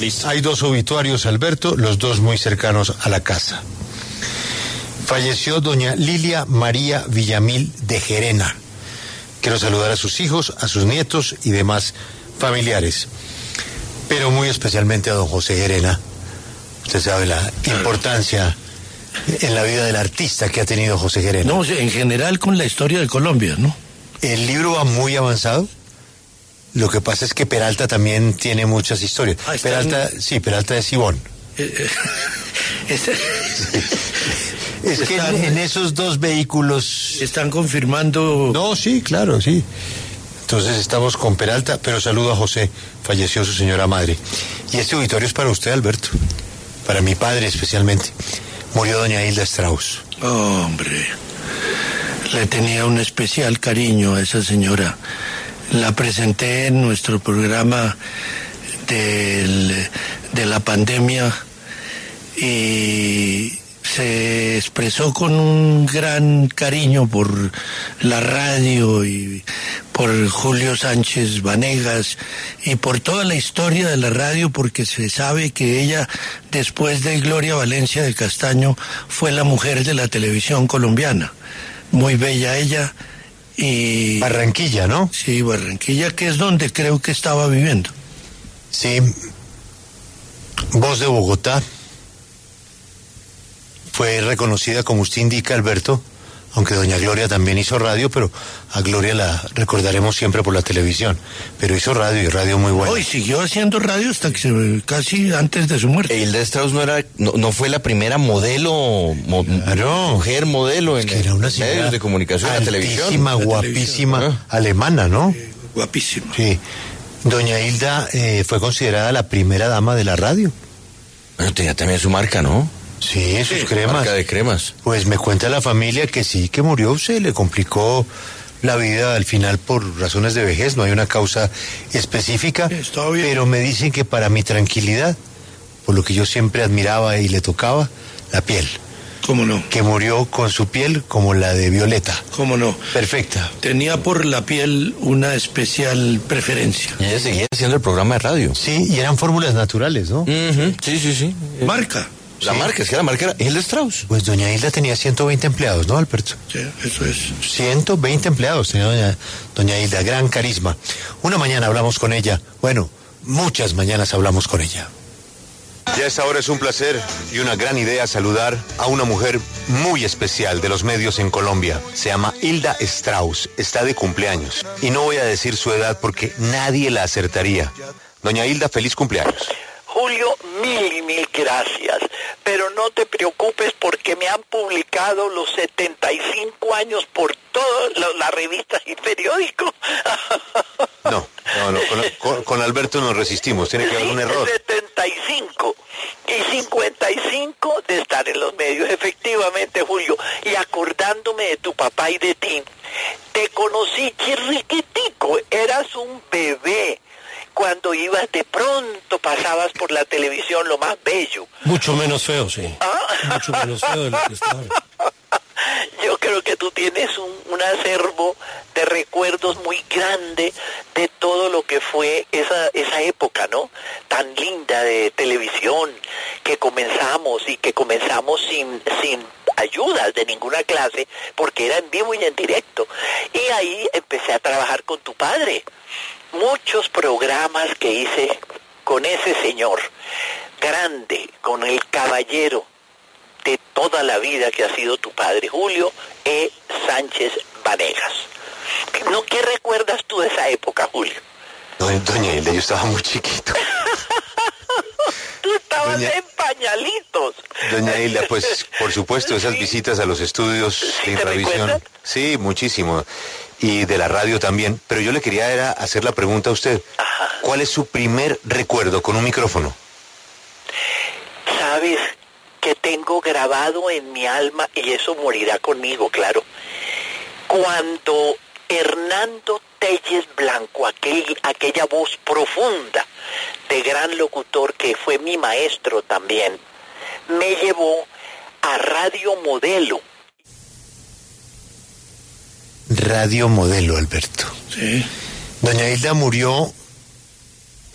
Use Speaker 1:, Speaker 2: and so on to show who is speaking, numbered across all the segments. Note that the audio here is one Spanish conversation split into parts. Speaker 1: Listo.
Speaker 2: Hay dos obituarios, Alberto, los dos muy cercanos a la casa. Falleció doña Lilia María Villamil de Gerena. Quiero saludar a sus hijos, a sus nietos y demás familiares. Pero muy especialmente a don José Gerena. Usted sabe la importancia en la vida del artista que ha tenido José Gerena.
Speaker 3: No, en general con la historia de Colombia, ¿no?
Speaker 2: El libro va muy avanzado. Lo que pasa es que Peralta también tiene muchas historias.
Speaker 3: Ah, está
Speaker 2: Peralta, sí, Peralta es Sibón.
Speaker 3: Eh, eh, este-
Speaker 2: Es que en,
Speaker 3: Están-
Speaker 2: en esos dos vehículos.
Speaker 3: Están confirmando.
Speaker 2: No, sí, claro, sí. Entonces estamos con Peralta, pero saludo a José, falleció su señora madre. Y este auditorio es para usted, Alberto. Para mi padre especialmente. Murió doña Hilda Strauss.
Speaker 3: Hombre, le tenía un especial cariño a esa señora. La presenté en nuestro programa del- de la pandemia y eh, se expresó con un gran cariño por la radio y por Julio Sánchez Vanegas y por toda la historia de la radio porque se sabe que ella después de Gloria Valencia del Castaño fue la mujer de la televisión colombiana. Muy bella ella y
Speaker 2: Barranquilla, ¿no?
Speaker 3: sí, Barranquilla que es donde creo que estaba viviendo.
Speaker 2: Sí. Voz de Bogotá. Fue reconocida, como usted indica, Alberto, aunque doña Gloria también hizo radio, pero a Gloria la recordaremos siempre por la televisión. Pero hizo radio y radio muy buena.
Speaker 3: Hoy siguió haciendo radio hasta que se- casi antes de su muerte.
Speaker 1: Eh, Hilda Strauss no era, no, no fue la primera modelo, mo-
Speaker 2: Claro.
Speaker 1: mujer modelo en
Speaker 2: que era una señora
Speaker 1: medios de comunicación, en la televisión.
Speaker 2: altísima, guapísima,
Speaker 1: televisión.
Speaker 2: alemana, ¿no?
Speaker 3: Guapísimo.
Speaker 2: Sí. Doña Hilda eh, fue considerada la primera dama de la radio.
Speaker 1: Bueno, tenía también su marca, ¿no?
Speaker 2: Sí, sus cremas.
Speaker 1: Marca de cremas.
Speaker 2: Pues me cuenta la familia que sí, que murió, se le complicó la vida al final por razones de vejez, no hay una causa específica,
Speaker 3: Sí, está bien.
Speaker 2: pero me dicen que para mi tranquilidad, por lo que yo siempre admiraba y le tocaba, la piel,
Speaker 3: ¿Cómo no?
Speaker 2: que murió con su piel como la de Violeta,
Speaker 3: ¿Cómo no?
Speaker 2: perfecta.
Speaker 3: Tenía por la piel una especial preferencia.
Speaker 1: Y ella seguía haciendo el programa de radio.
Speaker 2: Sí, y eran fórmulas naturales, ¿no?
Speaker 1: Ujú, Sí, sí, sí.
Speaker 3: Marca.
Speaker 1: La marca, es que la marca era Hilda Strauss.
Speaker 2: Pues doña Hilda tenía 120 empleados, ¿no, Alberto?
Speaker 3: Sí, eso es.
Speaker 2: 120 empleados tenía doña, doña Hilda, gran carisma. Una mañana hablamos con ella, bueno, muchas mañanas hablamos con ella. Ya es ahora es un placer y una gran idea saludar a una mujer muy especial de los medios en Colombia. Se llama Hilda Strauss, está de cumpleaños. Y no voy a decir su edad porque nadie la acertaría. Doña Hilda, feliz cumpleaños.
Speaker 4: Julio, mil y mil gracias. Pero no te preocupes porque me han publicado los 75 años por todas lo- las revistas y periódicos.
Speaker 2: No, no, no, con, con- con Alberto nos resistimos, tiene que haber un
Speaker 4: Sí,
Speaker 2: error.
Speaker 4: 75 y 55 de estar en los medios. Efectivamente, Julio. Y acordándome de tu papá y de ti, te conocí chiquitico, eras un bebé. Cuando ibas de pronto pasabas por la televisión lo más bello.
Speaker 5: Mucho menos feo, sí. Mucho menos feo de lo que estaba.
Speaker 4: Yo creo que tú tienes un, un acervo de recuerdos muy grande de todo lo que fue esa, esa época, ¿no? Tan linda de televisión que comenzamos y que comenzamos sin, sin ayudas de ninguna clase porque era en vivo y en directo. Y ahí empecé a trabajar con tu padre. Muchos programas que hice con ese señor grande, con el caballero de toda la vida que ha sido tu padre, Julio E. Sánchez Vanegas. ¿No qué recuerdas tú de esa época, Julio?
Speaker 2: No, doña Hilda, yo estaba muy chiquito.
Speaker 4: Tú estabas
Speaker 2: Doña-
Speaker 4: en pañalitos.
Speaker 2: Doña Hilda, pues por supuesto, esas
Speaker 4: Sí.
Speaker 2: visitas a los estudios
Speaker 4: ¿Sí
Speaker 2: de
Speaker 4: te
Speaker 2: Infravisión.
Speaker 4: recuerdas?
Speaker 2: Sí, muchísimo. Y de la radio también. Pero yo le quería era hacer la pregunta a usted. ¿Cuál es su primer recuerdo con un micrófono?
Speaker 4: Sabes que tengo grabado en mi alma, y eso morirá conmigo, claro, cuando Hernando Telles Blanco, aquel- aquella voz profunda de gran locutor que fue mi maestro también, me llevó a Radio Modelo.
Speaker 2: Radio Modelo, Alberto.
Speaker 3: Sí.
Speaker 2: Doña Hilda murió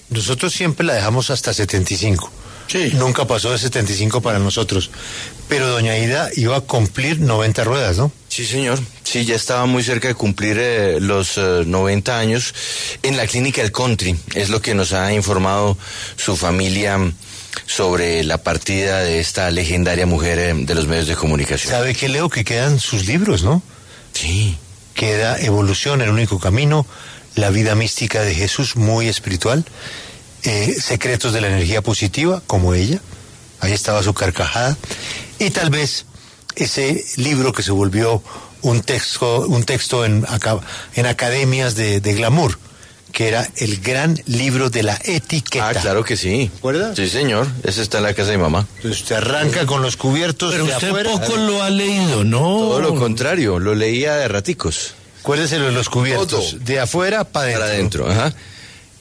Speaker 2: Nosotros siempre la dejamos hasta 75.
Speaker 3: Sí.
Speaker 2: Nunca pasó de 75 para nosotros. Pero doña Ida iba a cumplir 90 ruedas, ¿no?
Speaker 1: Sí, señor. Sí, ya estaba muy cerca de cumplir eh, los eh, 90 años en la clínica El Country. Es lo que nos ha informado su familia sobre la partida de esta legendaria mujer eh, de los medios de comunicación.
Speaker 2: ¿Sabe qué leo? Que quedan sus libros, ¿no?
Speaker 1: Sí.
Speaker 2: Queda Evolución, el único camino, La vida mística de Jesús, muy espiritual, eh, Secretos de la energía positiva, como ella, ahí estaba su carcajada, y tal vez ese libro que se volvió un texto, un texto en, aca- en academias de, de glamour, que era el gran libro de la etiqueta.
Speaker 1: Ah, claro que sí.
Speaker 2: ¿Recuerda?
Speaker 1: Sí, señor. Ese está en la casa de mi mamá.
Speaker 2: Entonces usted arranca con los cubiertos
Speaker 3: Pero
Speaker 2: de
Speaker 3: usted
Speaker 2: afuera.
Speaker 3: poco lo ha leído, ¿no?
Speaker 1: Todo lo contrario, lo leía de raticos.
Speaker 2: Acuérdese de los cubiertos,
Speaker 1: Todo.
Speaker 2: de afuera para adentro.
Speaker 1: Para adentro, ajá.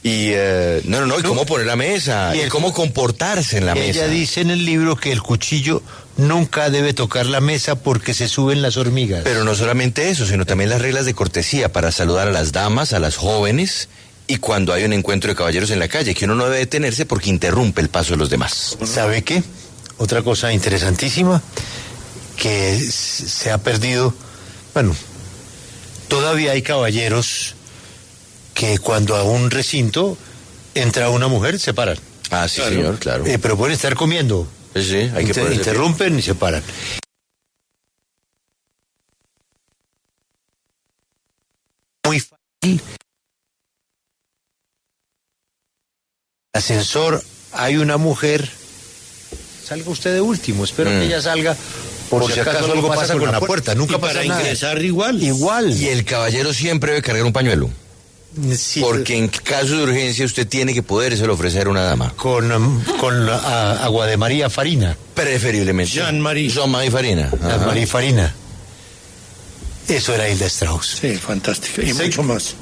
Speaker 1: Y eh, no, no, no, y cómo poner la mesa,
Speaker 2: Y
Speaker 1: y,
Speaker 2: el-
Speaker 1: cómo comportarse en la
Speaker 2: Ella
Speaker 1: mesa.
Speaker 2: dice en el libro que el cuchillo nunca debe tocar la mesa porque se suben las hormigas.
Speaker 1: Pero no solamente eso, sino también las reglas de cortesía para saludar a las damas, a las jóvenes y cuando hay un encuentro de caballeros en la calle, que uno no debe detenerse porque interrumpe el paso de los demás.
Speaker 2: ¿Sabe qué? Otra cosa interesantísima que s- se ha perdido. Bueno, todavía hay caballeros que cuando a un recinto entra una mujer se paran.
Speaker 1: Ah, sí, señor, claro.
Speaker 2: Eh, pero pueden estar comiendo.
Speaker 1: sí, sí, hay que
Speaker 2: Inter-
Speaker 1: ponerse-
Speaker 2: interrumpen y se paran. Muy fácil. Ascensor, hay una mujer. Salga usted de último, espero
Speaker 1: Mm.
Speaker 2: que ella salga. Por, si acaso, algo pasa, con, la puerta, nunca
Speaker 3: Y
Speaker 2: pasa
Speaker 3: para
Speaker 2: nada.
Speaker 3: ingresar igual.
Speaker 2: Igual.
Speaker 1: Y el caballero siempre debe cargar un pañuelo,
Speaker 2: eh, Sí,
Speaker 1: porque en caso de urgencia usted tiene que poderse ofrecer a una dama.
Speaker 2: Con, um, con la- a- agua de María Farina.
Speaker 1: Preferiblemente.
Speaker 3: Jean-Marie.
Speaker 1: Jean-Marie Farina.
Speaker 2: Agua de
Speaker 1: ajá.
Speaker 2: María Farina. Eso era Hilda Strauss.
Speaker 3: Sí, fantástica. Y
Speaker 2: Sí.
Speaker 3: mucho más.